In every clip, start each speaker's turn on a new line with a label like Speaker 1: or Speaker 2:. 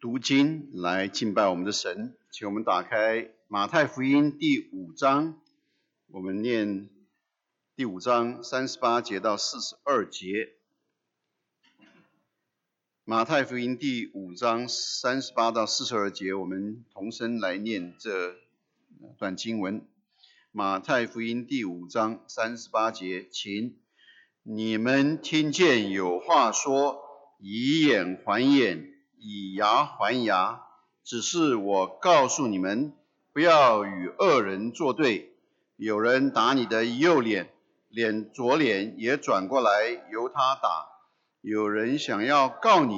Speaker 1: 读经来敬拜我们的神，请我们打开马太福音第五章，我们念第五章三十八节到四十二节。马太福音第五章三十八到四十二节，我们同声来念这呃段经文。马太福音第五章三十八节，请你们听见有话说：以眼还眼。以牙还牙，只是我告诉你们，不要与恶人作对。有人打你的右脸，脸左脸也转过来由他打；有人想要告你，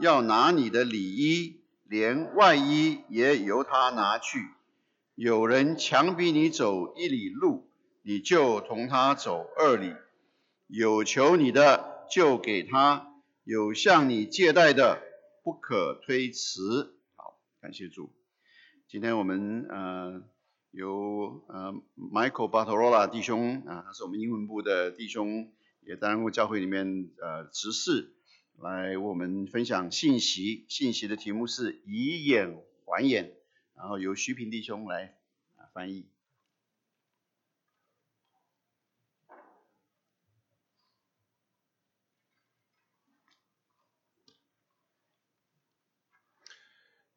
Speaker 1: 要拿你的里衣，连外衣也由他拿去；有人强逼你走一里路，你就同他走二里；有求你的就给他，有向你借贷的。不可推辞。好，感谢主。今天我们呃由呃 Michael Bartolola 弟兄啊、呃，他是我们英文部的弟兄，也担任过教会里面呃执事，来为我们分享信息。信息的题目是以眼还眼，然后由徐平弟兄来啊、呃、翻译。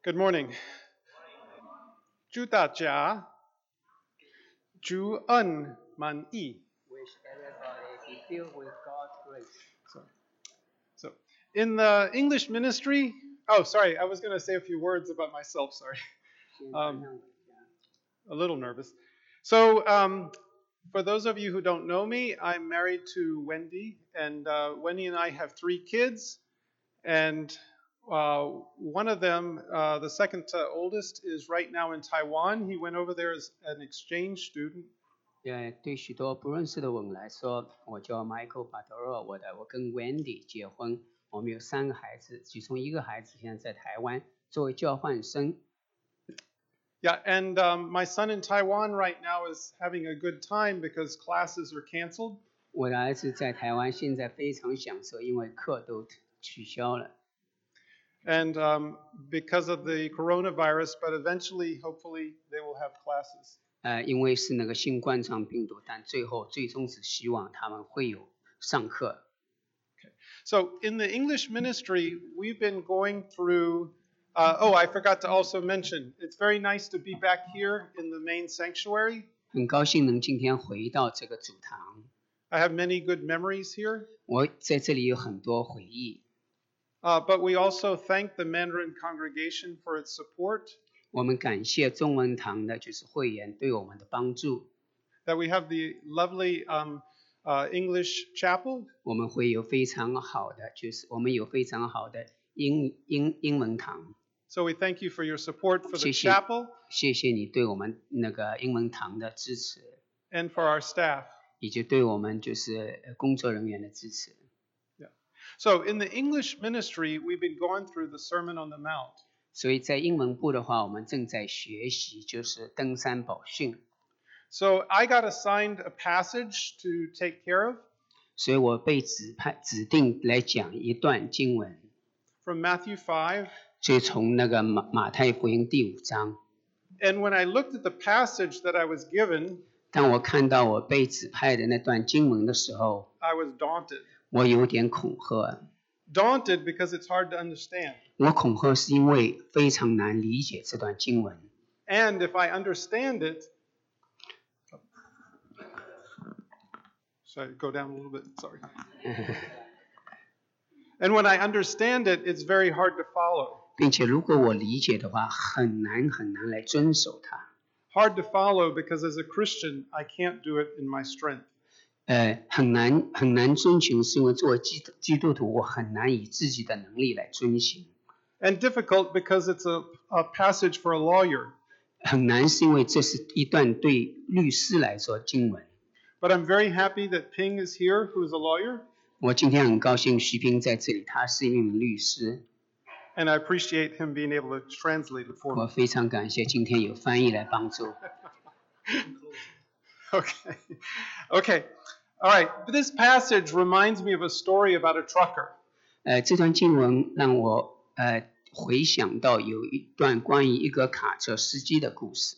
Speaker 2: Good morning. Jutaja Juan Man Yi.
Speaker 3: Wish everybody be filled with God's grace.
Speaker 2: So, so in the English ministry, oh, sorry, I was going to say a few words about myself, sorry. Um, a little nervous. So, um, for those of you who don't know me, I'm married to Wendy, and uh, Wendy and I have three kids, and uh, one of them, uh, the second to oldest, is right now in Taiwan. He went over there as an exchange student.
Speaker 3: 对，对许多不认识的我们来说，我叫 Michael b a t o r o 我的我跟 Wendy 结婚，我们有三个孩子，其中一个孩子现在在台湾作为交换生。
Speaker 2: Yeah, and um, my son in Taiwan right now is having a good time because classes are canceled.
Speaker 3: 我的儿子在台湾现在非常享受，因为课都取消了。
Speaker 2: and um, because of the coronavirus, but eventually, hopefully, they will have classes.
Speaker 3: 呃，因为是那个新冠状病毒，但最后最终是希望他们会有上课。
Speaker 2: So in the English ministry, we've been going through. Uh, oh, I forgot to also mention, it's very nice to be back here in the main sanctuary.
Speaker 3: 很高兴能今天回到这个主堂，
Speaker 2: I have many good memories here,
Speaker 3: 我在这里有很多回忆。
Speaker 2: uh, but we also thank the Mandarin congregation for its support.
Speaker 3: 我们感谢中文堂的就是会员对我们的帮助，
Speaker 2: That we have the lovely um, uh, English chapel,
Speaker 3: 我们会有非常好的，就是我们有非常好的英英英文堂。
Speaker 2: so we thank you for your support for the
Speaker 3: 谢谢。
Speaker 2: chapel
Speaker 3: 谢谢你对我们那个英文堂的支持，
Speaker 2: and for our staff.
Speaker 3: 以及对我们就是呃工作人员的支持。
Speaker 2: So in the English ministry, we've been going through the Sermon on the Mount.
Speaker 3: 所以在英文部的话，我们正在学习就是登山宝训，
Speaker 2: So I got assigned a passage to take care of
Speaker 3: 所以我被指派指定来讲一段经文，
Speaker 2: from Matthew 5.
Speaker 3: 所以从那个马马太福音第五章。
Speaker 2: And when I looked at the passage that I was given,
Speaker 3: 当我看到我被指派的那段经文的时候，
Speaker 2: I was daunted.
Speaker 3: 我有点恐吓。
Speaker 2: Daunted because it's hard to understand.
Speaker 3: 我恐吓是因为非常难理解这段经文，
Speaker 2: And if I understand it, should I go down a little bit? Sorry. and when I understand it, it's very hard to follow.
Speaker 3: 并且如果我理解的话，很难很难来遵守它。
Speaker 2: Hard to follow because as a Christian, I can't do it in my strength.
Speaker 3: 呃，很难很难遵循，是因为作为基督基督徒，我很难以自己的能力来遵循。
Speaker 2: And difficult because it's a, a passage for a lawyer.
Speaker 3: 很难是因为这是一段对律师来说经文。
Speaker 2: But I'm very happy that Ping is here, who is a lawyer,
Speaker 3: 我今天很高兴徐冰在这里，他是一名律师，
Speaker 2: and I appreciate him being able to translate it for me.
Speaker 3: 我非常感谢今天有翻译来帮助。
Speaker 2: Okay. Okay. All right. This
Speaker 3: 呃
Speaker 2: passage reminds me of a story about a trucker.
Speaker 3: 呃，这段经文让我呃回想到有一段关于一个卡车司机的故事。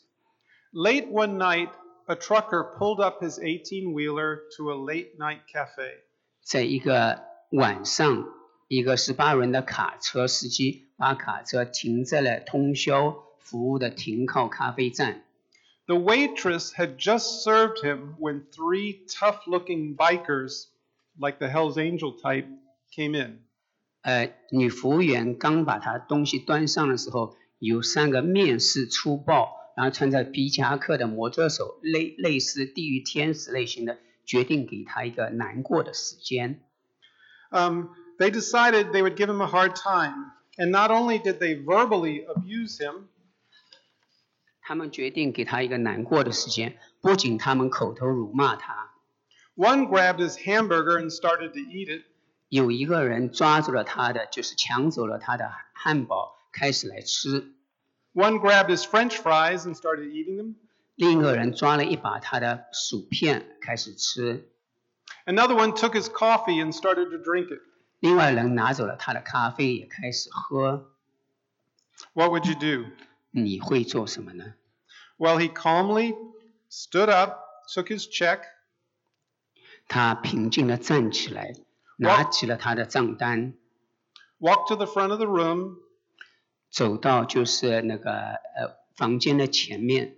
Speaker 2: Late one night, a trucker pulled up his 18 wheeler to a late night cafe.
Speaker 3: 在一个晚上，一个十八人的卡车司机把卡车停在了通宵服务的停靠咖啡站。
Speaker 2: The waitress had just served him when three tough looking bikers, like the Hells Angel type, came in.
Speaker 3: 呃，女服务员刚把她东西端上的时候，有三个面试粗暴，然后穿着皮夹克的摩托手，类类似地狱天使类型的，决定给她一个难过的时间。
Speaker 2: Um, they decided they would give him a hard time. And not only did they verbally abuse him,
Speaker 3: 他们决定给她一个难过的时间，不仅他们口头辱骂她，
Speaker 2: one grabbed his hamburger and started to eat it.
Speaker 3: 有一个人抓住了她的，就是抢走了她的汉堡，开始来吃；
Speaker 2: One grabbed his french fries and started eating them.
Speaker 3: 另一个人抓了一把她的薯片，开始吃；
Speaker 2: Another one took his coffee and started to drink it.
Speaker 3: 另外人拿走了她的咖啡，也开始喝。
Speaker 2: What would you do?
Speaker 3: 你会做什么呢？
Speaker 2: Well, he calmly stood up, took his check,
Speaker 3: 他平静地站起来，拿起了他的账单，
Speaker 2: walked to the front of the room,
Speaker 3: 走到就是那个呃房间的前面，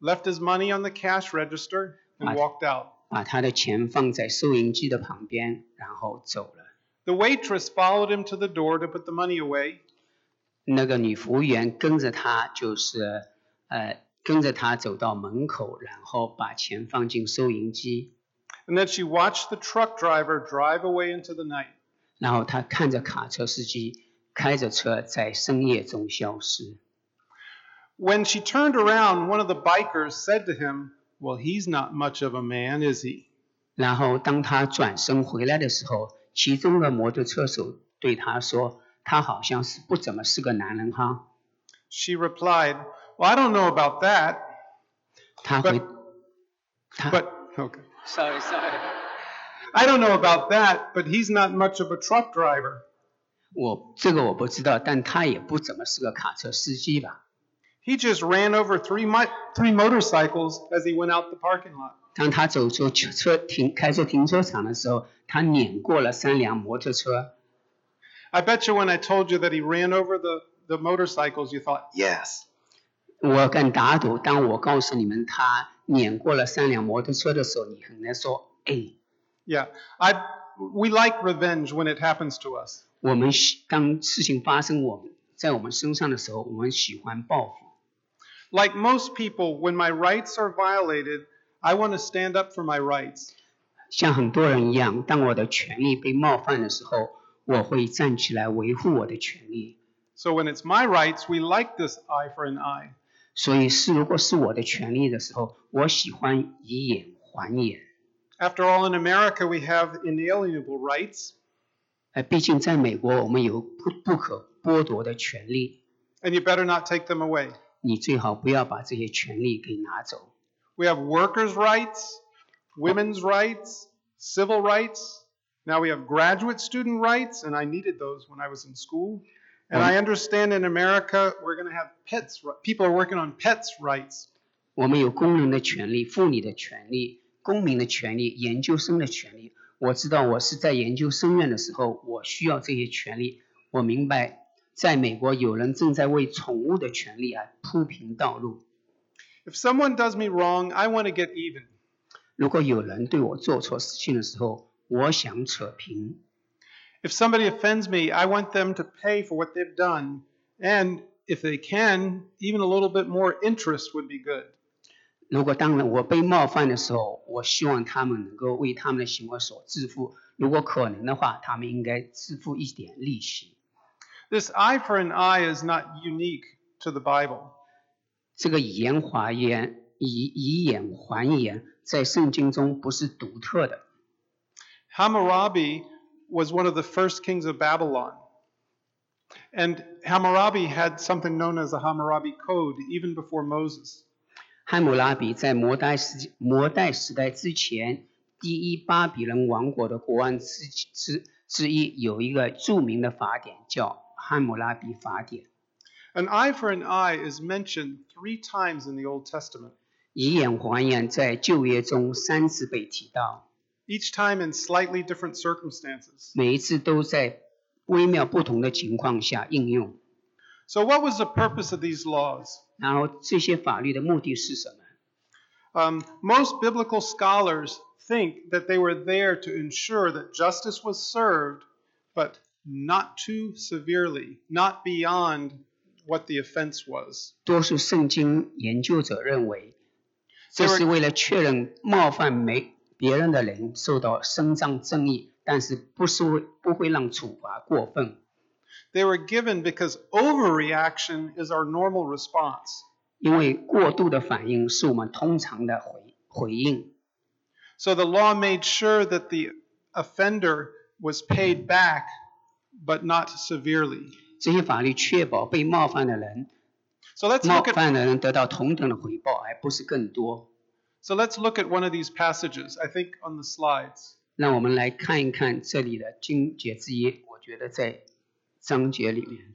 Speaker 2: left his money on the cash register, and
Speaker 3: I-
Speaker 2: walked out.
Speaker 3: 把他的钱放在收银机的旁边，然后走了。
Speaker 2: The waitress followed him to the door to put the money away.
Speaker 3: 那个女服务员跟着他，就是呃跟着他走到门口，然后把钱放进收银机，
Speaker 2: And then she watched the truck driver drive away into the night.
Speaker 3: 然后他看着卡车司机开着车在深夜中消失。
Speaker 2: When she turned around, one of the bikers said to him, Well, he's not much of a man, is he?
Speaker 3: 然后当他转身回来的时候，其中的摩托车手对他说：“他好像是不怎么是个男人哈。
Speaker 2: She replied, Well, I don't know about that, ”
Speaker 3: 他回
Speaker 2: But-
Speaker 3: 他
Speaker 2: but okay.
Speaker 3: sorry sorry，
Speaker 2: I don't know about that, but he's not much of a truck driver.
Speaker 3: 我这个我不知道，但他也不怎么是个卡车司机吧？
Speaker 2: He just ran over three, mi- three motorcycles as he went out the parking lot.
Speaker 3: 当他走出车车停开车停车场的时候，他碾过了三辆摩托车。
Speaker 2: I bet you when I told you that he ran over the, the motorcycles, you thought, Yes.
Speaker 3: 我敢打赌，当我告诉你们他碾过了三辆摩托车的时候，你很难说，哎，
Speaker 2: Yeah. I, we like revenge when it happens to us.
Speaker 3: 我们喜当事情发生我们在我们身上的时候，我们喜欢报复。
Speaker 2: Like most people, when my rights are violated, I want to stand up for my rights.
Speaker 3: 像很多人一样，当我的权利被冒犯的时候，我会站起来维护我的权利。
Speaker 2: So when it's my rights, we like this eye for an eye.
Speaker 3: 所以是如果是我的权利的时候，我喜欢以眼还眼。
Speaker 2: After all, in America, we have inalienable rights,
Speaker 3: 呃，毕竟在美国，我们有不不可剥夺的权利，
Speaker 2: and you better not take them away.
Speaker 3: 你最好不要把这些权利给拿走。
Speaker 2: We have workers' rights, women's rights, civil rights. Now we have graduate student rights, and I needed those when I was in school. And I understand in America, we're going to have pets. ri- People are working on pets' rights.
Speaker 3: 我们有工人的权利、妇女的权利、公民的权利、研究生的权利。我知道我是在研究生院的时候，我需要这些权利。我明白，在美国有人正在为宠物的权利而铺平道路。
Speaker 2: If someone does me wrong, I want to get even.
Speaker 3: 如果有人对我做错事情的时候，我想扯平。
Speaker 2: If somebody offends me, I want them to pay for what they've done. And if they can, even a little bit more interest would be good.
Speaker 3: 如果当然我被冒犯的时候，我希望他们能够为他们的行为所自负。如果可能的话，他们应该自负一点利息。
Speaker 2: This eye for an eye is not unique to the Bible.
Speaker 3: 这个以眼还眼，以以眼还眼，在圣经中不是独特的。
Speaker 2: Hammurabi was one of the first kings of Babylon. And Hammurabi had something known as the Hammurabi Code even before Moses.
Speaker 3: 汉谟拉比在摩代时摩代时代之前，第一巴比伦王国的国王之之之一有一个著名的法典叫《汉谟拉比法典》。
Speaker 2: An eye for an eye is mentioned three times in the Old Testament,
Speaker 3: 以眼还眼在旧约中三次被提到，
Speaker 2: each time in slightly different circumstances.
Speaker 3: 每一次都在微妙不同的情况下应用。
Speaker 2: So, what was the purpose of these laws?
Speaker 3: 然后这些法律的目的是什么？
Speaker 2: Um, most biblical scholars think that they were there to ensure that justice was served, but not too severely, not beyond what the offense was.
Speaker 3: 多数圣经研究者认为，这
Speaker 2: There
Speaker 3: 是
Speaker 2: were,
Speaker 3: 为了确认冒犯没别人的人受到伸张正义，但是不是为不会让处罚过分。
Speaker 2: they were given because overreaction is our normal response.
Speaker 3: 因为过度的反应是我们通常的回回应，
Speaker 2: So the law made sure that the offender was paid back, but not severely.
Speaker 3: 这些法律确保被冒犯的人
Speaker 2: So let's
Speaker 3: 冒
Speaker 2: look at
Speaker 3: 犯的人得到同等的回报，而不是更多。
Speaker 2: so let's look at one of these passages. I think on the slides.
Speaker 3: 让我们来看一看这里的经节之一，我觉得在章节里面，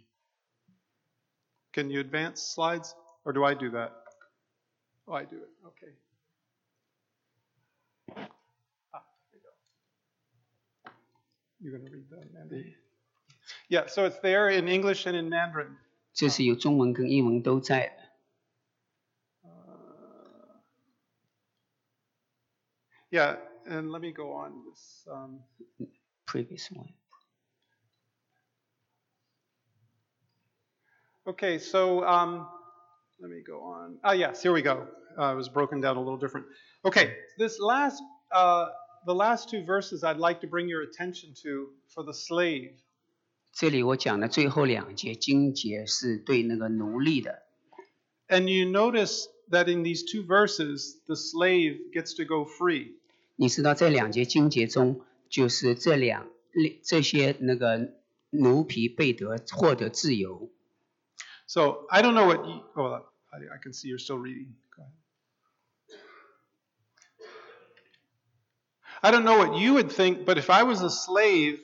Speaker 2: Can you advance slides? Or do I do that? Oh, I do it. Okay. Ah, there you go. You're going to read that, Mandarin? Yeah, so it's there in English and in Mandarin.
Speaker 3: 这是有中文跟英文都在的。
Speaker 2: Yeah, and let me go on this. Um,
Speaker 3: Previous one，
Speaker 2: Okay, so um, let me go on. Ah, yes, here we go. Uh, it was broken down a little different. Okay, this last, uh, the last two verses I'd like to bring your attention to for the slave.
Speaker 3: 这里我讲的最后两节经节是对那个奴隶的，
Speaker 2: And you notice that in these two verses, the slave gets to go free.
Speaker 3: 你知道这两节经节中，就是这两这些那个奴婢被得获得自由。
Speaker 2: So I don't know what. You, oh, I, I can see you're still reading. Go ahead. I don't know what you would think, but if I was a slave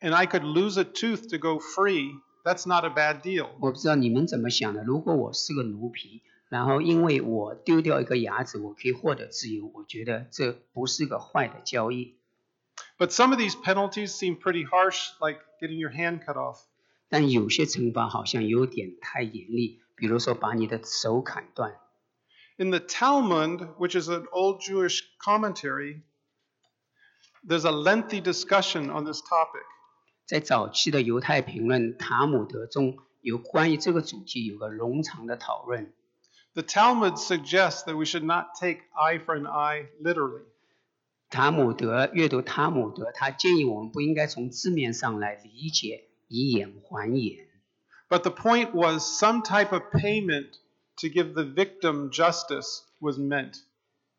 Speaker 2: and I could lose a tooth to go free, that's not a bad deal.
Speaker 3: 我不知道你们怎么想的。如果我是个奴婢，然后因为我丢掉一个牙齿，我可以获得自由，我觉得这不是个坏的交易。
Speaker 2: But some of these penalties seem pretty harsh, like getting your hand cut off.
Speaker 3: 但有些惩罚好像有点太严厉，比如说把你的手砍断。
Speaker 2: In the Talmud, which is an old Jewish commentary, there's a lengthy discussion on this topic.
Speaker 3: 在早期的犹太评论《塔姆德》中，有关于这个主题有个冗长的讨论。
Speaker 2: The Talmud suggests that we should not take eye for an eye literally.
Speaker 3: 塔姆德阅读塔姆德，他建议我们不应该从字面上来理解以眼还眼。
Speaker 2: But the point was some type of payment to give the victim justice was meant.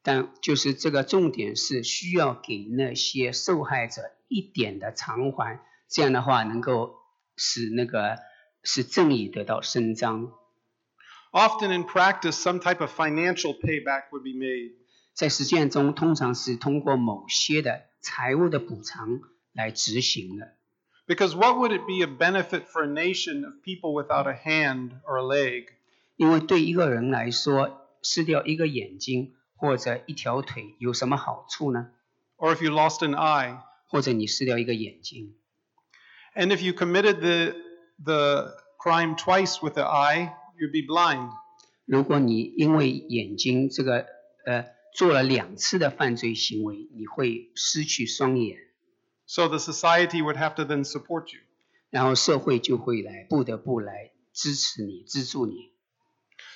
Speaker 3: 但就是这个重点是需要给那些受害者一点的偿还，这样的话能够使那个使正义得到伸张。
Speaker 2: Often in practice, some type of financial payback would be made.
Speaker 3: 在实践中，通常是通过某些的财务的补偿来执行的，
Speaker 2: Because what would it be a benefit for a nation of people without a hand or a leg?
Speaker 3: 因为对一个人来说，失掉一个眼睛或者一条腿有什么好处呢？
Speaker 2: Or if you lost an eye?
Speaker 3: 或者你失掉一个眼睛，
Speaker 2: And if you committed the, the crime twice with the eye, you'd be blind.
Speaker 3: 如果你因为眼睛这个呃做了两次的犯罪行为，你会失去双眼，
Speaker 2: So the society would have to then support you.
Speaker 3: 然后社会就会来不得不来支持你、资助你。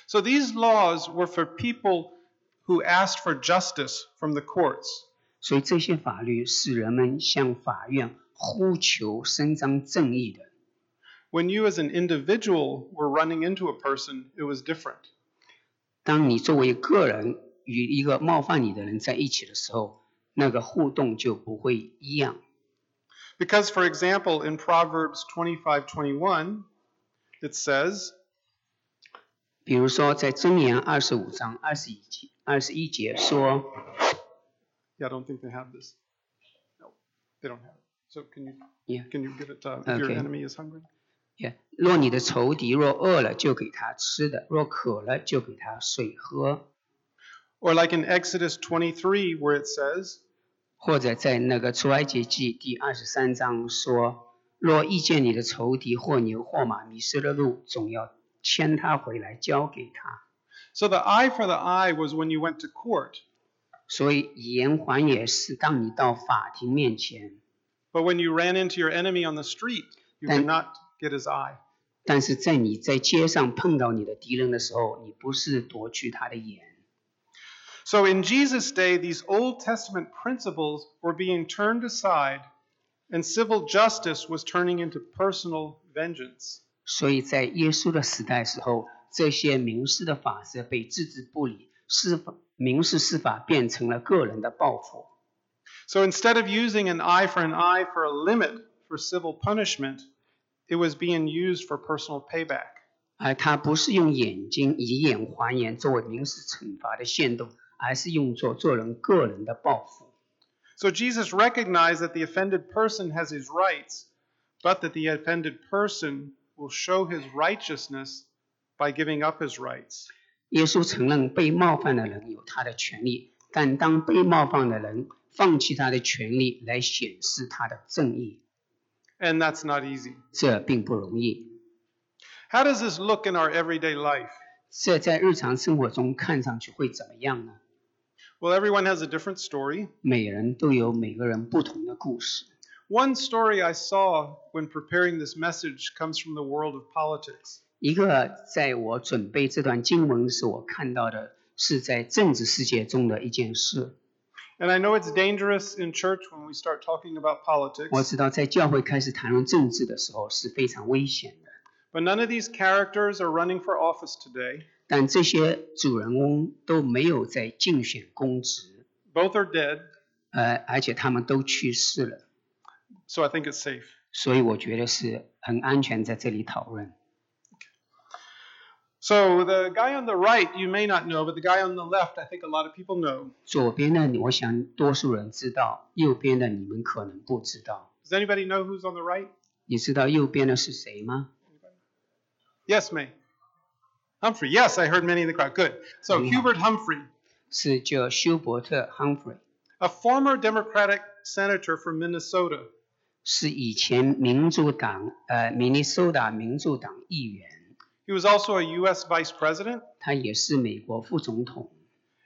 Speaker 2: So these laws were for people who asked for justice from the courts.
Speaker 3: 所以这些法律是人们向法院呼求伸张正义的。
Speaker 2: When you as an individual were running into a person, it was different.
Speaker 3: 当你作为个人与一个冒犯你的人在一起的时候，那个互动就不会一样。
Speaker 2: Because, for example, in Proverbs 25 21, it says,
Speaker 3: 比如说，在箴言二十五章二十一节，二十一节说。
Speaker 2: Yeah, I don't think they have this. No, they don't have it. So can you
Speaker 3: Yeah.
Speaker 2: can you get it? Uh, If your
Speaker 3: Okay.
Speaker 2: enemy is hungry.
Speaker 3: 也若你的仇敌若饿了，就给他吃的；若渴了，就给他水喝。
Speaker 2: Or like in Exodus 23, where it says,
Speaker 3: 或者在那个出埃及记第二十三章说：若遇见你的仇敌或牛或马迷失了路，总要牵他回来，交给他。
Speaker 2: So the eye for the eye was when you went to court,
Speaker 3: 所以以言还也是当你到法庭面前，
Speaker 2: but when you ran into your enemy on the street, you could
Speaker 3: And-
Speaker 2: not get his eye.
Speaker 3: 但是在你在街上碰到你的敌人的时候，你不是夺去他的眼。
Speaker 2: So in Jesus' day, these Old Testament principles were being turned aside, and civil justice was turning into personal vengeance.
Speaker 3: 所以在耶稣的时代时候，这些民事的法则被置之不理，司法民事司法变成了个人的报复。
Speaker 2: So instead of using an eye for an eye for a limit for civil punishment, it was being used for personal payback.
Speaker 3: 而他不是用眼睛以眼还眼作为民事惩罚的限度，而是用作做人个人的报复。
Speaker 2: So Jesus recognized that the offended person has his rights, but that the offended person will show his righteousness by giving up his rights.
Speaker 3: 耶稣承认被冒犯的人有他的权利，但当被冒犯的人放弃他的权利来显示他的正义，
Speaker 2: And that's not easy.
Speaker 3: 这并不容易。
Speaker 2: How does this look in our everyday life?
Speaker 3: 这在日常生活中看上去会怎么样呢？
Speaker 2: Well, everyone has a different story.
Speaker 3: 每人都有每个人不同的故事。
Speaker 2: One story I saw when preparing this message comes from the world of politics.
Speaker 3: 一个在我准备这段经文的时，候，我看到的是在政治世界中的一件事。
Speaker 2: And I know it's dangerous in church when we start talking about
Speaker 3: 我
Speaker 2: politics,
Speaker 3: 知道在教会开始谈论政治的时候是非常危险的，
Speaker 2: but none of these characters are running for office today.
Speaker 3: 但这些主人翁都没有在竞选公职，
Speaker 2: Both are dead,
Speaker 3: 呃，而且他们都去世了，
Speaker 2: so I think it's safe.
Speaker 3: 所以我觉得是很安全在这里讨论。
Speaker 2: So the guy on the right, you may not know, but the guy on the left, I think a lot of people know.
Speaker 3: 左边的我想多数人知道，右边的你们可能不知道。
Speaker 2: Does anybody know who's on the right?
Speaker 3: 你知道右边的是谁吗？
Speaker 2: Yes, May. Humphrey. Yes, I heard many in the crowd. Good. So
Speaker 3: Yeah.
Speaker 2: Hubert Humphrey,
Speaker 3: 是叫休伯特 （Humphrey），
Speaker 2: a former Democratic senator from Minnesota.
Speaker 3: 是以前民主党呃明尼苏达民主党议员，
Speaker 2: He was also a U.S. vice president,
Speaker 3: 他也是美国副总统。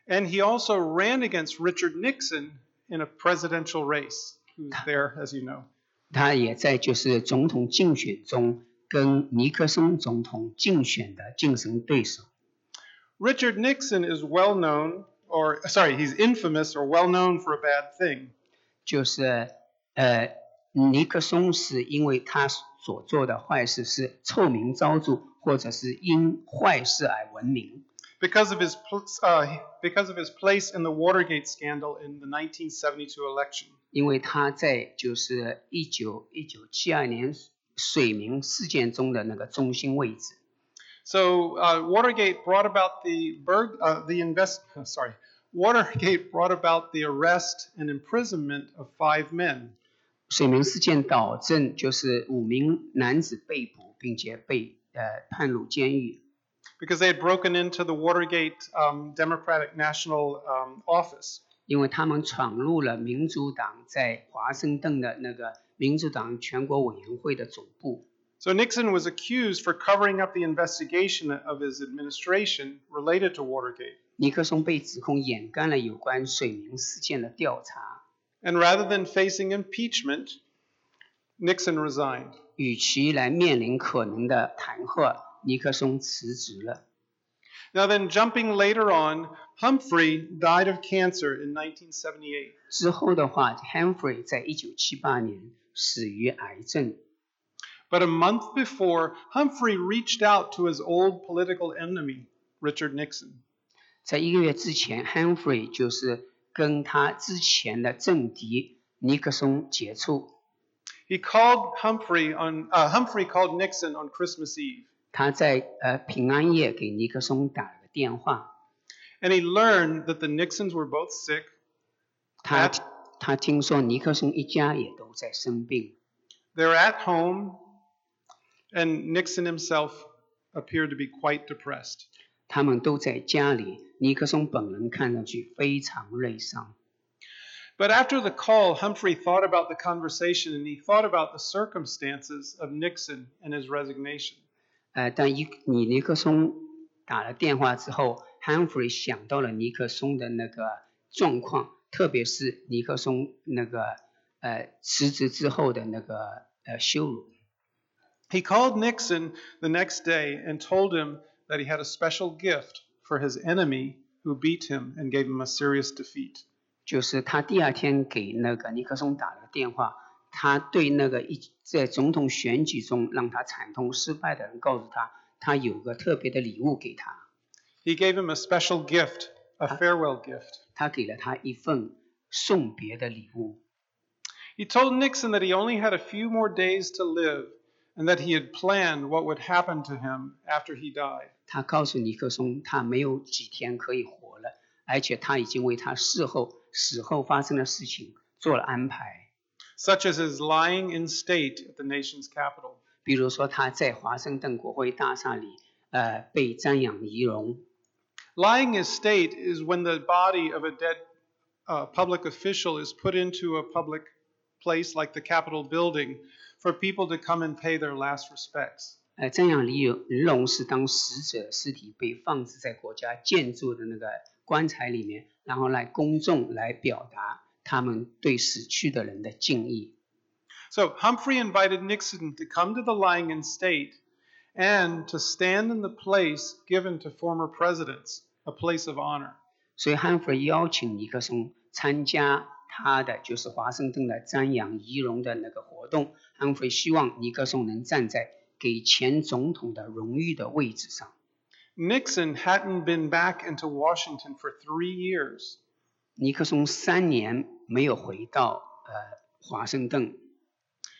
Speaker 2: and he also ran against Richard Nixon in a presidential race. He was there, as you know.
Speaker 3: 他也在就是总统竞选中跟尼克松总统竞选的竞争对手。
Speaker 2: Richard Nixon is well known, or sorry, he's infamous or well known for a bad thing.
Speaker 3: 就是呃，尼克松是因为他所做的坏事是臭名昭著，或者是因坏事而闻名。
Speaker 2: because of his pl- uh, because of his place in the Watergate scandal in the 1972 election.
Speaker 3: 因为他在就是一九一九七二年水门事件中的那个中心位置，
Speaker 2: So uh, Watergate brought about the Berg, uh, the invest uh, sorry Watergate brought about the arrest and imprisonment of five men.
Speaker 3: 水门事件导致就是五名男子被捕，并且被呃判入监狱。
Speaker 2: Because they had broken into the Watergate um, Democratic National um, Office.
Speaker 3: 因为他们闯入了民主党在华盛顿的那个民主党全国委员会的总部。
Speaker 2: So Nixon was accused for covering up the investigation of his administration related to Watergate.
Speaker 3: 尼克松被指控掩盖了有关水门事件的调查，
Speaker 2: And rather than facing impeachment, Nixon resigned.
Speaker 3: 与其来面临可能的弹劾，尼克松辞职了。
Speaker 2: Now, then, jumping later on, Humphrey died of cancer in 1978.
Speaker 3: 之后的话，Humphrey 在一九七八年死于癌症。
Speaker 2: But a month before, Humphrey reached out to his old political enemy, Richard Nixon.
Speaker 3: 在一个月之前，Humphrey 就是跟他之前的政敌尼克松接触，
Speaker 2: He called Humphrey on uh, Humphrey called Nixon on Christmas Eve,
Speaker 3: 他在呃平安夜给尼克松打了个电话，
Speaker 2: and he learned that the Nixons were both sick,
Speaker 3: 他
Speaker 2: That-
Speaker 3: 他听说尼克松一家也都在生病，
Speaker 2: they're at home, and Nixon himself appeared to be quite depressed.
Speaker 3: 他们都在家里。尼克松本人看上去非常累伤。
Speaker 2: But after the call, Humphrey thought about the conversation and he thought about the circumstances of Nixon and his resignation.
Speaker 3: 呃，但一你尼克松打了电话之后，Humphrey 想到了尼克松的那个状况，特别是尼克松那个呃辞职之后的那个呃羞辱。
Speaker 2: He called Nixon the next day and told him that he had a special gift for his enemy who beat him and gave him a serious defeat.
Speaker 3: 就是他第二天给那个尼克松打了个电话，他对那个一在总统选举中让他惨痛失败的人告诉他，他有个特别的礼物给他，
Speaker 2: He gave him a special gift, a farewell gift.
Speaker 3: 他给了他一份送别的礼物。
Speaker 2: He told Nixon that he only had a few more days to live and that he had planned what would happen to him after he died.
Speaker 3: 他告诉尼克松，他没有几天可以活了，而且他已经为他事后死后发生的事情做了安排，
Speaker 2: such as his lying in state at the nation's capital,
Speaker 3: 比如说他在华盛顿国会大厦里，呃，被瞻仰仪容。
Speaker 2: Lying in state is when the body of a dead uh, public official is put into a public place like the Capitol building for people to come and pay their last respects.
Speaker 3: 呃，瞻仰仪容仪容是当死者的尸体被放置在国家建筑的那个棺材里面，然后来公众来表达他们对死去的人的敬意。
Speaker 2: So Humphrey invited Nixon to come to the lying in state and to stand in the place given to former presidents, a place of honor.
Speaker 3: 所以汉弗尔邀请尼克松参加他的就是华盛顿的瞻仰仪容的那个活动。汉弗尔希望尼克松能站在给前总统的荣誉的位置上。
Speaker 2: Nixon hadn't been back into Washington for three years.
Speaker 3: 尼克松三年没有回到呃华盛顿，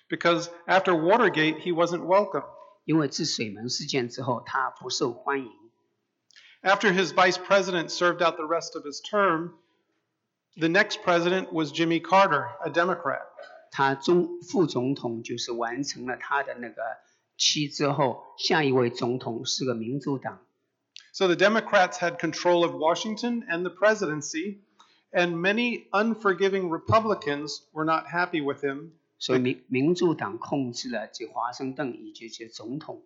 Speaker 2: because after Watergate, he wasn't welcome.
Speaker 3: 因为自水门事件之后他不受欢迎。
Speaker 2: After his vice president served out the rest of his term, the next president was Jimmy Carter, a Democrat.
Speaker 3: 他中副总统就是完成了他的那个期之后，下一位总统是个民主党
Speaker 2: So the Democrats had control of Washington and the presidency, and many unforgiving Republicans were not happy with him
Speaker 3: 所以民民主党控制了这华盛顿以及这总统，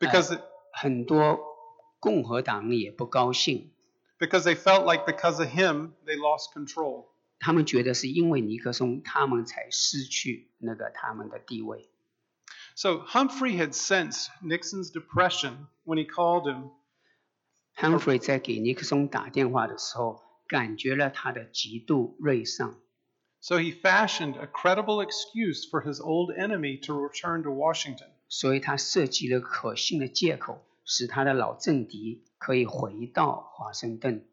Speaker 2: because,
Speaker 3: 很多共和党人也不高兴，
Speaker 2: because they felt like because of him, they lost control.
Speaker 3: 他们觉得是因为尼克松，他们才失去那个他们的地位。
Speaker 2: So Humphrey had sensed Nixon's depression when he called him
Speaker 3: 亨弗 y 在给尼克松打电话的时候，感觉了他的极度锐上，
Speaker 2: So he fashioned a credible excuse for his old enemy to return to Washington.
Speaker 3: 所以他设计了可信的借口，使他的老政敌可以回到华盛顿。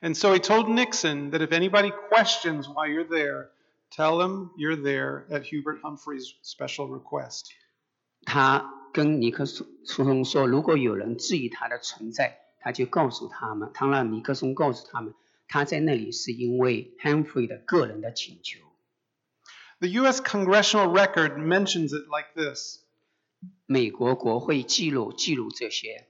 Speaker 2: And so he told Nixon that if anybody questions why you're there, tell them you're there at Hubert Humphrey's special request.
Speaker 3: 他跟尼克松松说，如果有人质疑他的存在，他就告诉他们，他让尼克松告诉他们，他在那里是因为 Humphrey 的个人的请求。
Speaker 2: The U.S. congressional record mentions it like this
Speaker 3: 美国国会记录记录这些。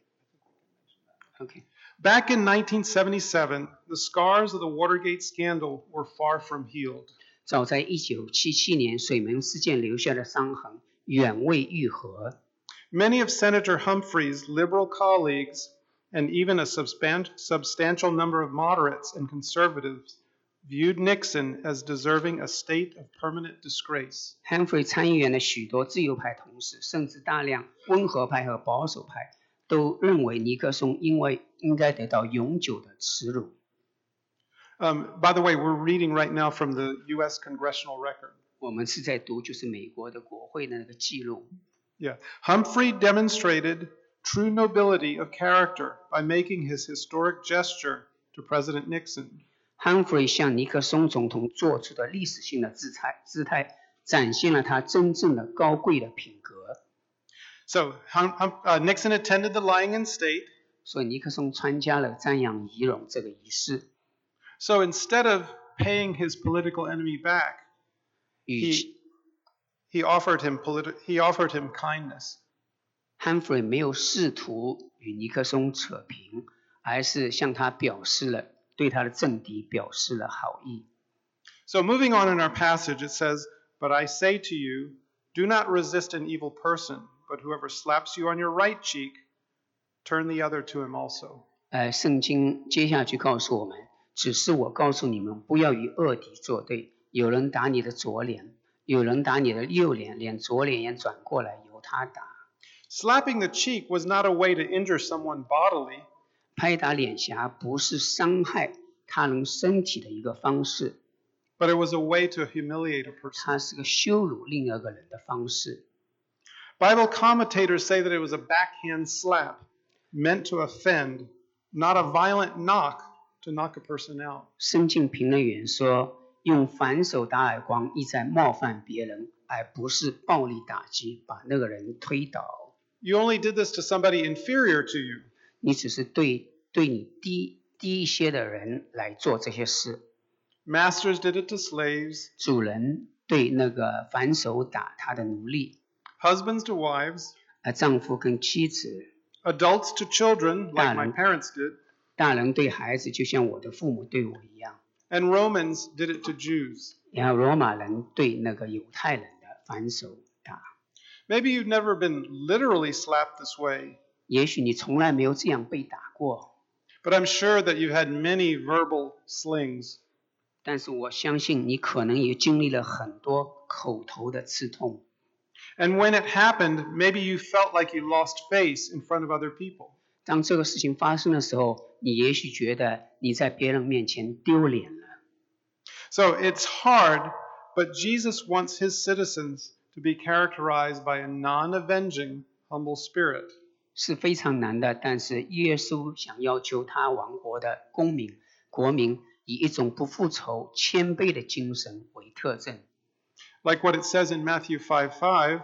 Speaker 3: OK，
Speaker 2: Back in 1977, the scars of the Watergate scandal were far from healed.
Speaker 3: 早在一九七七年水门事件留下的伤痕远未愈合，
Speaker 2: Many of Senator Humphrey's liberal colleagues, and even a subspan- substantial number of moderates and conservatives, viewed Nixon as deserving a state of permanent disgrace.
Speaker 3: Humphrey 参议员的许多自由派同事，甚至大量温和派和保守派，都认为尼克松因为应该得到永久的耻辱。
Speaker 2: Um, by the way, we're reading right now from the U.S. congressional record.
Speaker 3: 我们是在读就是美国的国会的那个记录。
Speaker 2: Yeah. Humphrey demonstrated true nobility of character by making his historic gesture to President Nixon.
Speaker 3: Humphrey 向尼克松总统做出的历史性的姿态，姿态展现了他真正的高贵的品格。
Speaker 2: So hum, Hum- uh, Nixon attended the lying in state.
Speaker 3: 所以尼克松参加了瞻仰仪容这个仪式，
Speaker 2: So instead of paying his political enemy back,
Speaker 3: 与
Speaker 2: he
Speaker 3: 其
Speaker 2: he offered him politi- he offered him kindness.
Speaker 3: Humphrey 没有试图与尼克松扯平，而是向他表示了对他的政敌表示了好意。
Speaker 2: So, moving on in our passage, it says, But I say to you, do not resist an evil person, but whoever slaps you on your right cheek, turn the other to him also.
Speaker 3: 呃，圣经接下去告诉我们，只是我告诉你们，不要与恶敌作对。有人打你的左脸，有人打你的右脸，连左脸也转过来由他打。
Speaker 2: Slapping the cheek was not a way to injure someone bodily,
Speaker 3: 拍打脸颊不是伤害他人身体的一个方式，
Speaker 2: but it was a way to humiliate a person.
Speaker 3: 它是个羞辱另一个人的方式。
Speaker 2: Bible commentators say that it was a backhand slap meant to offend, not a violent knock to knock a person out.
Speaker 3: 圣经评论员说，用反手打耳光意在冒犯别人，而不是暴力打击，把那个人推倒。
Speaker 2: You only did this to somebody inferior to you.
Speaker 3: 你只是对对你低低一些的人来做这些事。
Speaker 2: Masters did it to slaves,
Speaker 3: 主人对那个反手打他的奴隶，
Speaker 2: husbands to wives,
Speaker 3: 而丈夫跟妻子，
Speaker 2: adults to children, like my
Speaker 3: Done.
Speaker 2: parents did,
Speaker 3: 大人对孩子，就像我的父母对我一样。
Speaker 2: and Romans did it to Jews.
Speaker 3: 然后罗马人对那个犹太人的反手打。
Speaker 2: Maybe you've never been literally slapped this way,
Speaker 3: 也许你从来没有这样被打过，
Speaker 2: but I'm sure that you've had many verbal slings.
Speaker 3: 但是我相信你可能也经历了很多口头的刺痛。
Speaker 2: And when it happened, maybe you felt like you lost face in front of other people.
Speaker 3: 当这个事情发生的时候，你也许觉得你在别人面前丢脸了。
Speaker 2: So it's hard, but Jesus wants his citizens to be characterized by a non avenging, humble spirit.
Speaker 3: 是非常难的，但是耶稣想要求他王国的公民、国民以一种不复仇、谦卑的精神为特征，
Speaker 2: Like what it says in Matthew 5 5,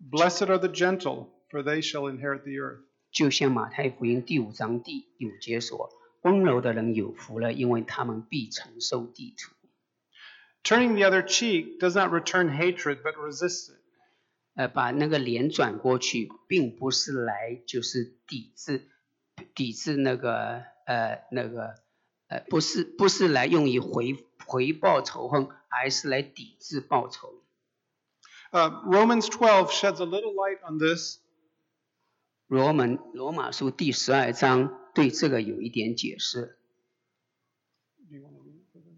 Speaker 2: Blessed are the gentle, for they shall inherit the earth.
Speaker 3: 就像马太福音第五章第九节所：“温柔的人有福了，因为他们必承受地土。
Speaker 2: Turning the other cheek does not return hatred, but resists it. ”
Speaker 3: 呃，把那个脸转过去，并不是来就是抵制，抵制那个呃那个呃，不是不是来用以回回报仇恨，而是来抵制报仇。
Speaker 2: Uh, Romans 12 sheds a little light on this.
Speaker 3: 罗门罗马书第十二章对这个有一点解释。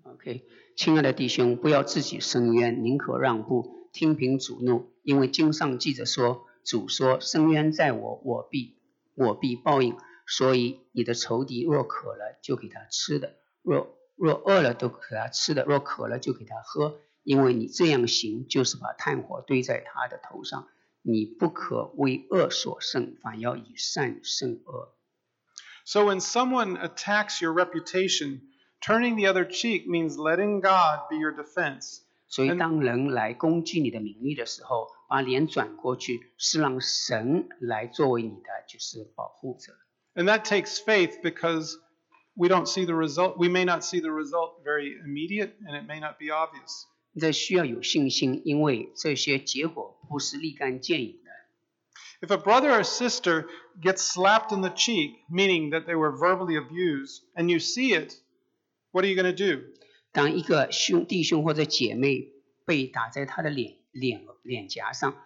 Speaker 3: OK，亲爱的弟兄，不要自己伸冤，宁可让步，听凭主怒，因为经上记着说，主说：“伸冤在我，我必我必报应。”所以你的仇敌若渴了，就给他吃的；若若饿了，都给他吃的；若渴了，就给他喝。因为你这样行，就是把炭火堆在他的头上。你不可为恶所胜，反要以善胜恶。
Speaker 2: So when someone attacks your reputation, turning the other cheek means letting God be your defense.
Speaker 3: 所以，
Speaker 2: 嗯
Speaker 3: 当人来攻击你的名誉的时候，把脸转过去，是让神来作为你的就是保护者。
Speaker 2: And that takes faith because we don't see the result. We may not see the result very immediate and it may not be obvious.
Speaker 3: 这需要有信心，因为这些结果不是立竿见影的。
Speaker 2: If a brother or sister gets slapped in the cheek, meaning that they were verbally abused, and you see it, what are you going to do?
Speaker 3: 当一个兄弟兄或者姐妹被打在他的脸脸脸颊上，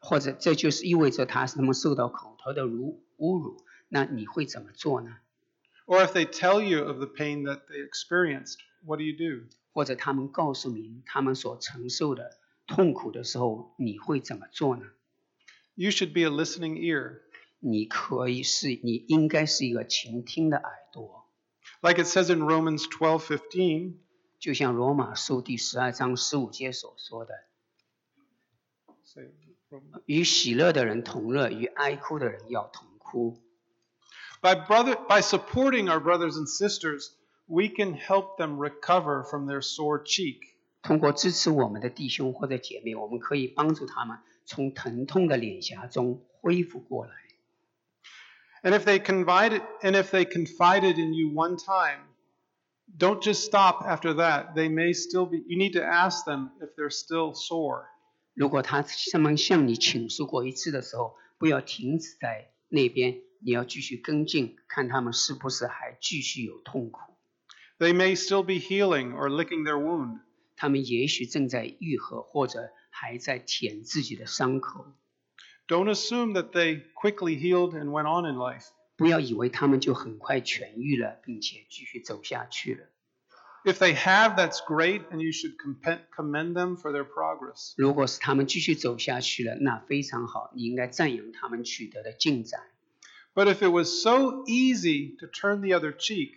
Speaker 3: 或者这就是意味着他他们受到口头的辱侮辱，那你会怎么做呢？
Speaker 2: Or if they tell you of the pain that they experienced, what do you do?
Speaker 3: 或者他们告诉您他们所承受的痛苦的时候，你会怎么做呢？
Speaker 2: You should be a listening ear.
Speaker 3: 你可以是，你应该是一个倾听的耳朵，
Speaker 2: Like it says in Romans 12:15,
Speaker 3: 就像罗马书第十二章十五节所说的
Speaker 2: say it from-：“
Speaker 3: 与喜乐的人同乐，与哀哭的人要同哭。
Speaker 2: By, brother, by supporting our brothers and sisters, we can help them recover from their sore cheek. ”
Speaker 3: 通过支持我们的弟兄或者姐妹，我们可以帮助他们从疼痛的脸颊中恢复过来。
Speaker 2: And if they confided, and if they confided in you one time, don't just stop after that. They may still be. You need to ask them if they're still sore.
Speaker 3: 如果他他们向你倾诉过一次的时候，不要停止在那边，你要继续跟进，看他们是不是还继续有痛苦。
Speaker 2: They may still be healing or licking their wound.
Speaker 3: 他们也许正在愈合，或者还在舔自己的伤口。
Speaker 2: Don't assume that they quickly healed and went on in life.
Speaker 3: 不要以为他们就很快痊愈了，并且继续走下去了。
Speaker 2: If they have, that's great, and you should compen- commend them for their progress.
Speaker 3: 如果是他们继续走下去了，那非常好，你应该赞扬他们取得的进展。
Speaker 2: But if it was so easy to turn the other cheek,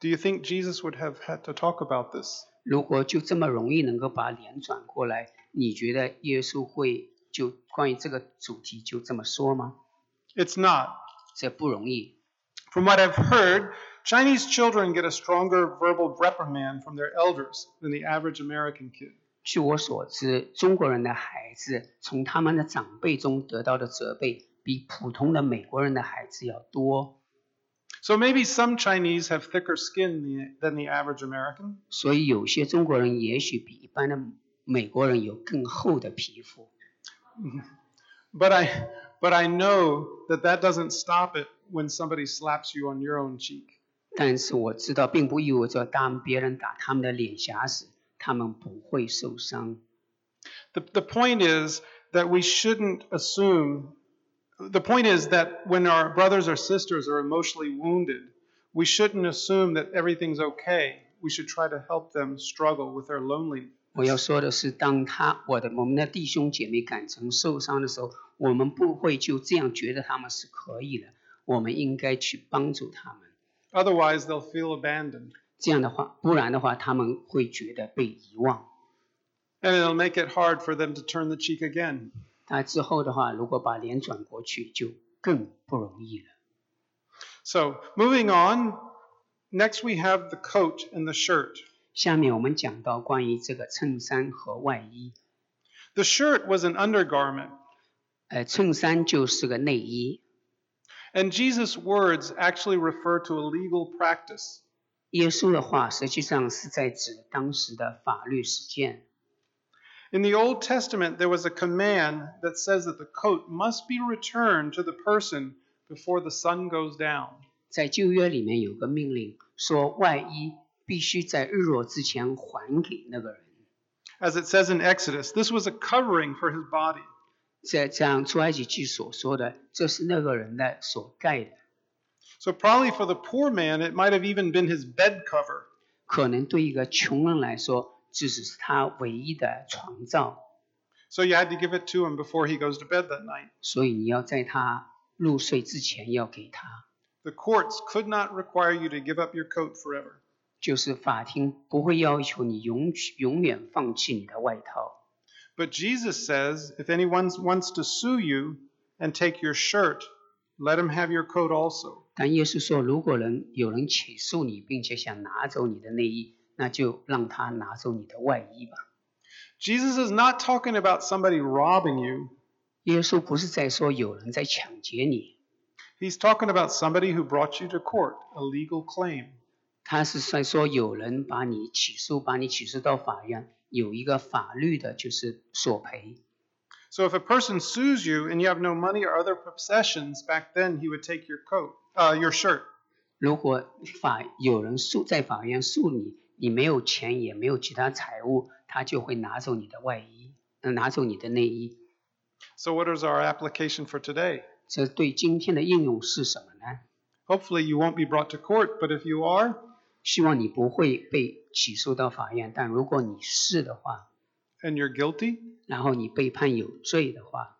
Speaker 2: do you think Jesus would have had to talk about this?
Speaker 3: 如果就这么容易能够把脸转过来，你觉得耶稣会就关于这个主题就这么说吗？
Speaker 2: It's not.
Speaker 3: 这不容易。
Speaker 2: From what I've heard, Chinese children get a stronger verbal reprimand from their elders than the average American kid.
Speaker 3: 据我所知，中国人的孩子从他们的长辈中得到的责备，比普通的美国人的孩子要多。
Speaker 2: So maybe some Chinese have thicker skin the- than the average American.
Speaker 3: 所以有些中国人也许比一般的美国人有更厚的皮肤，
Speaker 2: But I, but I know that that doesn't stop it when somebody slaps you on your own cheek.
Speaker 3: 但是我知道，并不意味着当别人打他们的脸颊时，他们不会受伤。
Speaker 2: The, the point is that we shouldn't assume. The point is that when our brothers or sisters are emotionally wounded, we shouldn't assume that everything's okay. We should try to help them struggle with their loneliness.
Speaker 3: 我要说的是，当他我的我们的弟兄姐妹感情受伤的时候，我们不会就这样觉得他们是可以的，我们应该去帮助他们。
Speaker 2: Otherwise, they'll feel abandoned,
Speaker 3: 这样的话，不然的话，他们会觉得被遗忘。
Speaker 2: and it'll make it hard for them to turn the cheek again.
Speaker 3: 那之后的话，如果把脸转过去，就更不容易了。
Speaker 2: So, moving on, next we have the coat and the shirt.
Speaker 3: 下面我们讲到关于这个衬衫和外衣，
Speaker 2: The shirt was an undergarment,
Speaker 3: 呃，衬衫就是个内衣。
Speaker 2: and Jesus' words actually refer to a legal practice.
Speaker 3: 耶稣的话实际上是在指当时的法律实践。
Speaker 2: In the Old Testament, there was a command that says that the coat must be returned to the person before the sun goes down.
Speaker 3: 在旧约里面有个命令说，外衣必须在日落之前还给那个人。
Speaker 2: As it says in Exodus, this was a covering for his body.
Speaker 3: 这这样出埃及记所说的，这是那个人的所盖的。
Speaker 2: So, probably for the poor man, it might have even been his bed cover.
Speaker 3: 可能对一个穷人来说，这只是他唯一的床罩，
Speaker 2: So, you had to give it to him before he goes to bed that night.
Speaker 3: 所以你要在他入睡之前要给他。
Speaker 2: The courts could not require you to give up your coat forever.
Speaker 3: 就是法庭不会要求你永永远放弃你的外套，
Speaker 2: But Jesus says if anyone wants to sue you and take your shirt, let him have your coat also.
Speaker 3: 但耶稣说，如果人有人起诉你，并且想拿走你的内衣，那就让他拿走你的外衣吧。
Speaker 2: Jesus is not talking about somebody robbing you.
Speaker 3: 耶稣不是在说有人在抢劫你，
Speaker 2: He's talking about somebody who brought you to court, a legal claim.
Speaker 3: 他是在说有人把你起诉，把你起诉到法院，有一个法律的就是索赔。
Speaker 2: So if a person sues you and you have no money or other possessions, back then he would take your coat, uh, your shirt.
Speaker 3: 如果法有人诉在法院诉你，你没有钱也没有其他财物，他就会拿走你的外衣，呃拿走你的内衣。
Speaker 2: So what is our application for today?
Speaker 3: 这对今天的应用是什么呢？
Speaker 2: Hopefully you won't be brought to court, but if you are,
Speaker 3: 希望你不会被起诉到法院，但如果你是的话，
Speaker 2: and you're guilty,
Speaker 3: 然后你被判有罪的话，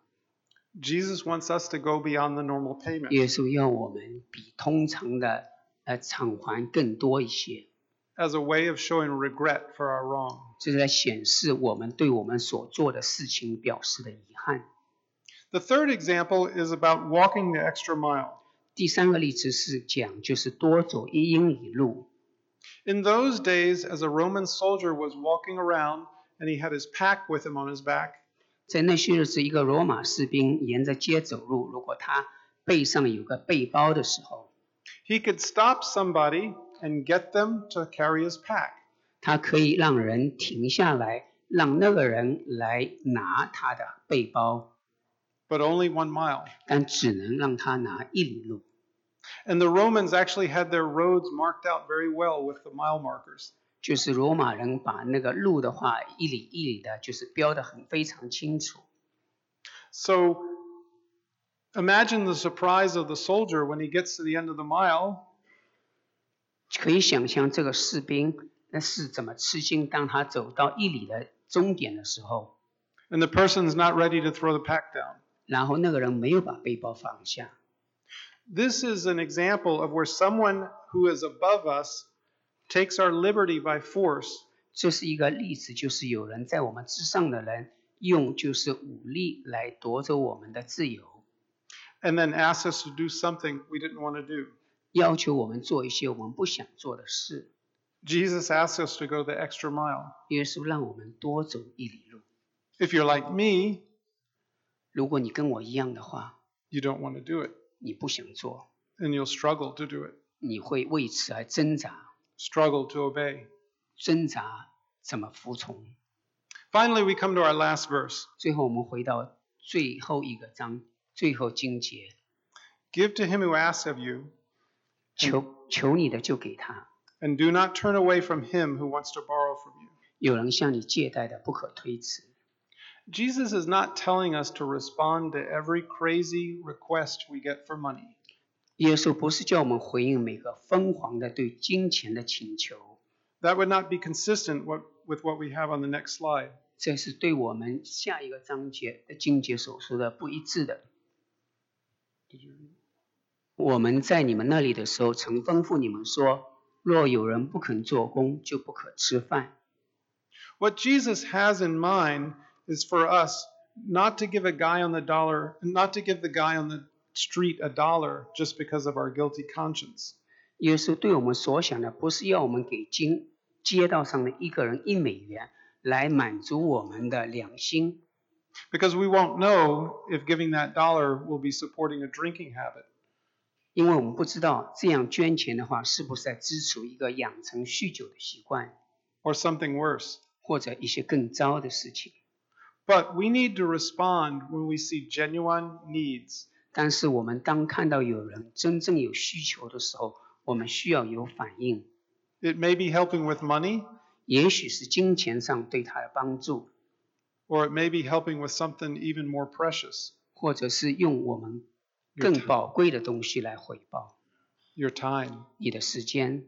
Speaker 2: Jesus wants us to go beyond the normal payment.
Speaker 3: 耶稣要我们比通常的呃偿还更多一些，
Speaker 2: as a way of showing regret for our wrong.
Speaker 3: 这是在显示我们对我们所做的事情表示的遗憾。
Speaker 2: The third example is about walking the extra mile.
Speaker 3: 第三个例子是讲，就是多走一英里路。
Speaker 2: In those days, as a Roman soldier was walking around and he had his pack with him on his back,
Speaker 3: 在那些日子，一个罗马士兵沿着街走路，如果他背上有个背包的时候，
Speaker 2: he could stop somebody and get them to carry his pack.
Speaker 3: 它可以让人停下来，让那个人来拿他的背包。
Speaker 2: but only one mile.
Speaker 3: 但只能让他拿一里路。
Speaker 2: And the Romans actually had their roads marked out very well with the mile markers.
Speaker 3: 就是罗马人把那个路的话，一里一里的，就是标的很非常清楚。
Speaker 2: So imagine the surprise of the soldier when he gets to the end of the mile
Speaker 3: 可以想象这个士兵那是怎么吃惊，当他走到一里的终点的时候，
Speaker 2: and the person's not ready to throw the pack down.
Speaker 3: 然后那个人没有把背包放下。
Speaker 2: This is an example of where someone who is above us takes our liberty by force
Speaker 3: 这是一个例子，就是有人在我们之上的人，用就是武力来夺走我们的自由，
Speaker 2: and then asks us to do something we didn't want to do.
Speaker 3: 要求我们做一些我们不想做的事。
Speaker 2: Jesus asks us to go the extra mile.
Speaker 3: 耶稣让我们多走一里路。
Speaker 2: If you're like me,
Speaker 3: 如果你跟我一样的话，
Speaker 2: you don't want to do it
Speaker 3: 你不想做，
Speaker 2: and you'll struggle to do it,
Speaker 3: 你会为此而挣扎，
Speaker 2: struggle to obey.
Speaker 3: 挣扎怎么服从？
Speaker 2: Finally, we come to our last verse
Speaker 3: 最后我们回到最后一个章，最后经节，
Speaker 2: Give to him who asks of you,
Speaker 3: 求求你的就给他，
Speaker 2: and do not turn away from him who wants to borrow from you.
Speaker 3: 有人向你借贷的不可推辞。
Speaker 2: Jesus is not telling us to respond to every crazy request we get for money.
Speaker 3: 耶稣不是叫我们回应每个疯狂的对金钱的请求，
Speaker 2: That would not be consistent what, with what we have on the next slide.
Speaker 3: 这是对我们下一个章节的经节所说的不一致的。我们在你们那里的时候，曾吩咐你们说：若有人不肯做工，就不可吃饭。
Speaker 2: What Jesus has in mind is for us not to give a guy on the dollar, not to give the guy on the street a dollar just because of our guilty conscience.
Speaker 3: 耶稣对我们所想的，不是要我们给经街道上的一个人一美元来满足我们的良心，
Speaker 2: Because we won't know if giving that dollar will be supporting a drinking habit.
Speaker 3: 因为我们不知道这样捐钱的话，是不是在支持一个养成酗酒的习惯，
Speaker 2: or something worse.
Speaker 3: 或者一些更糟的事情。
Speaker 2: But we need to respond when we see genuine needs.
Speaker 3: 但是我们当看到有人真正有需求的时候，我们需要有反应，
Speaker 2: It may be helping with money,
Speaker 3: 也许是金钱上对他的帮助，
Speaker 2: or it may be helping with something even more precious
Speaker 3: 或者是用我们
Speaker 2: your,
Speaker 3: 更
Speaker 2: ti-
Speaker 3: 宝贵的东西来回报
Speaker 2: your time.
Speaker 3: 你的时间。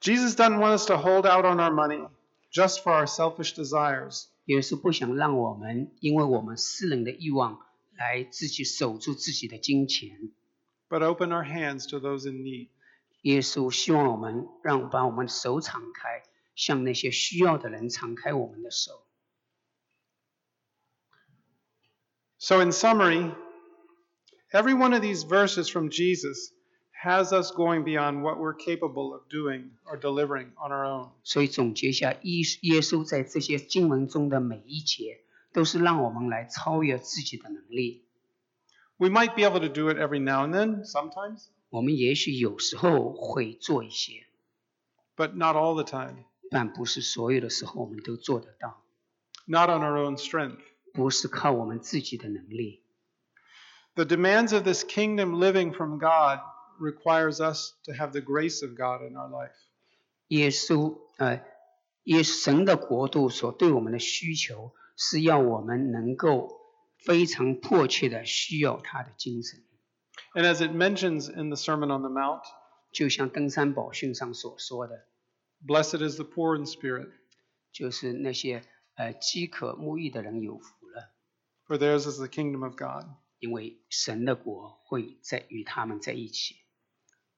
Speaker 2: Jesus doesn't want us to hold out on our money just for our selfish desires.
Speaker 3: 也是不想让我们因为我们私人的欲望来自己守住自己的金钱。
Speaker 2: But open our hands to those in need.
Speaker 3: 耶稣希望我们让把我们的手敞开，向那些需要的人敞开我们的手。
Speaker 2: So, in summary, every one of these verses from Jesus has us going beyond what we're capable of doing or delivering on our own.
Speaker 3: 所以总结一下，耶耶稣在这些经文中的每一节，都是让我们来超越自己的能力。
Speaker 2: We might be able to do it every now and then, sometimes,
Speaker 3: 我们也许有时候会做一些，
Speaker 2: but not all the time,
Speaker 3: 但不是所有的时候我们都做得到，
Speaker 2: not on our own strength.
Speaker 3: 不是靠我们自己的能力。
Speaker 2: The demands of this kingdom living from God requires us to have the grace of God in our life.
Speaker 3: 耶稣，呃，耶神的国度所对我们的需求，是要我们能够非常迫切的需要他的精神。
Speaker 2: And as it mentions in the Sermon on the Mount,
Speaker 3: 就像登山宝训上所说的，
Speaker 2: blessed is the poor in spirit,
Speaker 3: 就是那些呃饥渴沐浴的人有福了，
Speaker 2: for theirs is the kingdom of God.
Speaker 3: 因为神的国会在与他们在一起。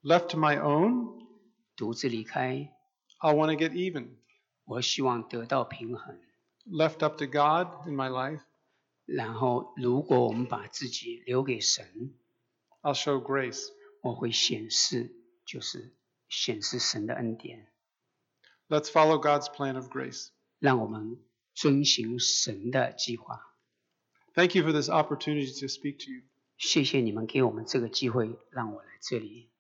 Speaker 2: Left to my own,
Speaker 3: 独自离开，
Speaker 2: I want to get even.
Speaker 3: 我希望得到平衡。
Speaker 2: Left up to God in my life,
Speaker 3: 然后，如果我们把自己留给神，
Speaker 2: I'll show grace.
Speaker 3: 我会显示，就是显示神的恩典。
Speaker 2: Let's follow God's plan of grace.
Speaker 3: 让我们遵行神的计划。
Speaker 2: Thank you for this opportunity to speak to you.
Speaker 3: 谢谢你们给我们这个机会，让我来这里。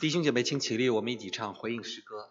Speaker 4: 弟兄姐妹，请起立，我们一起唱回应诗歌。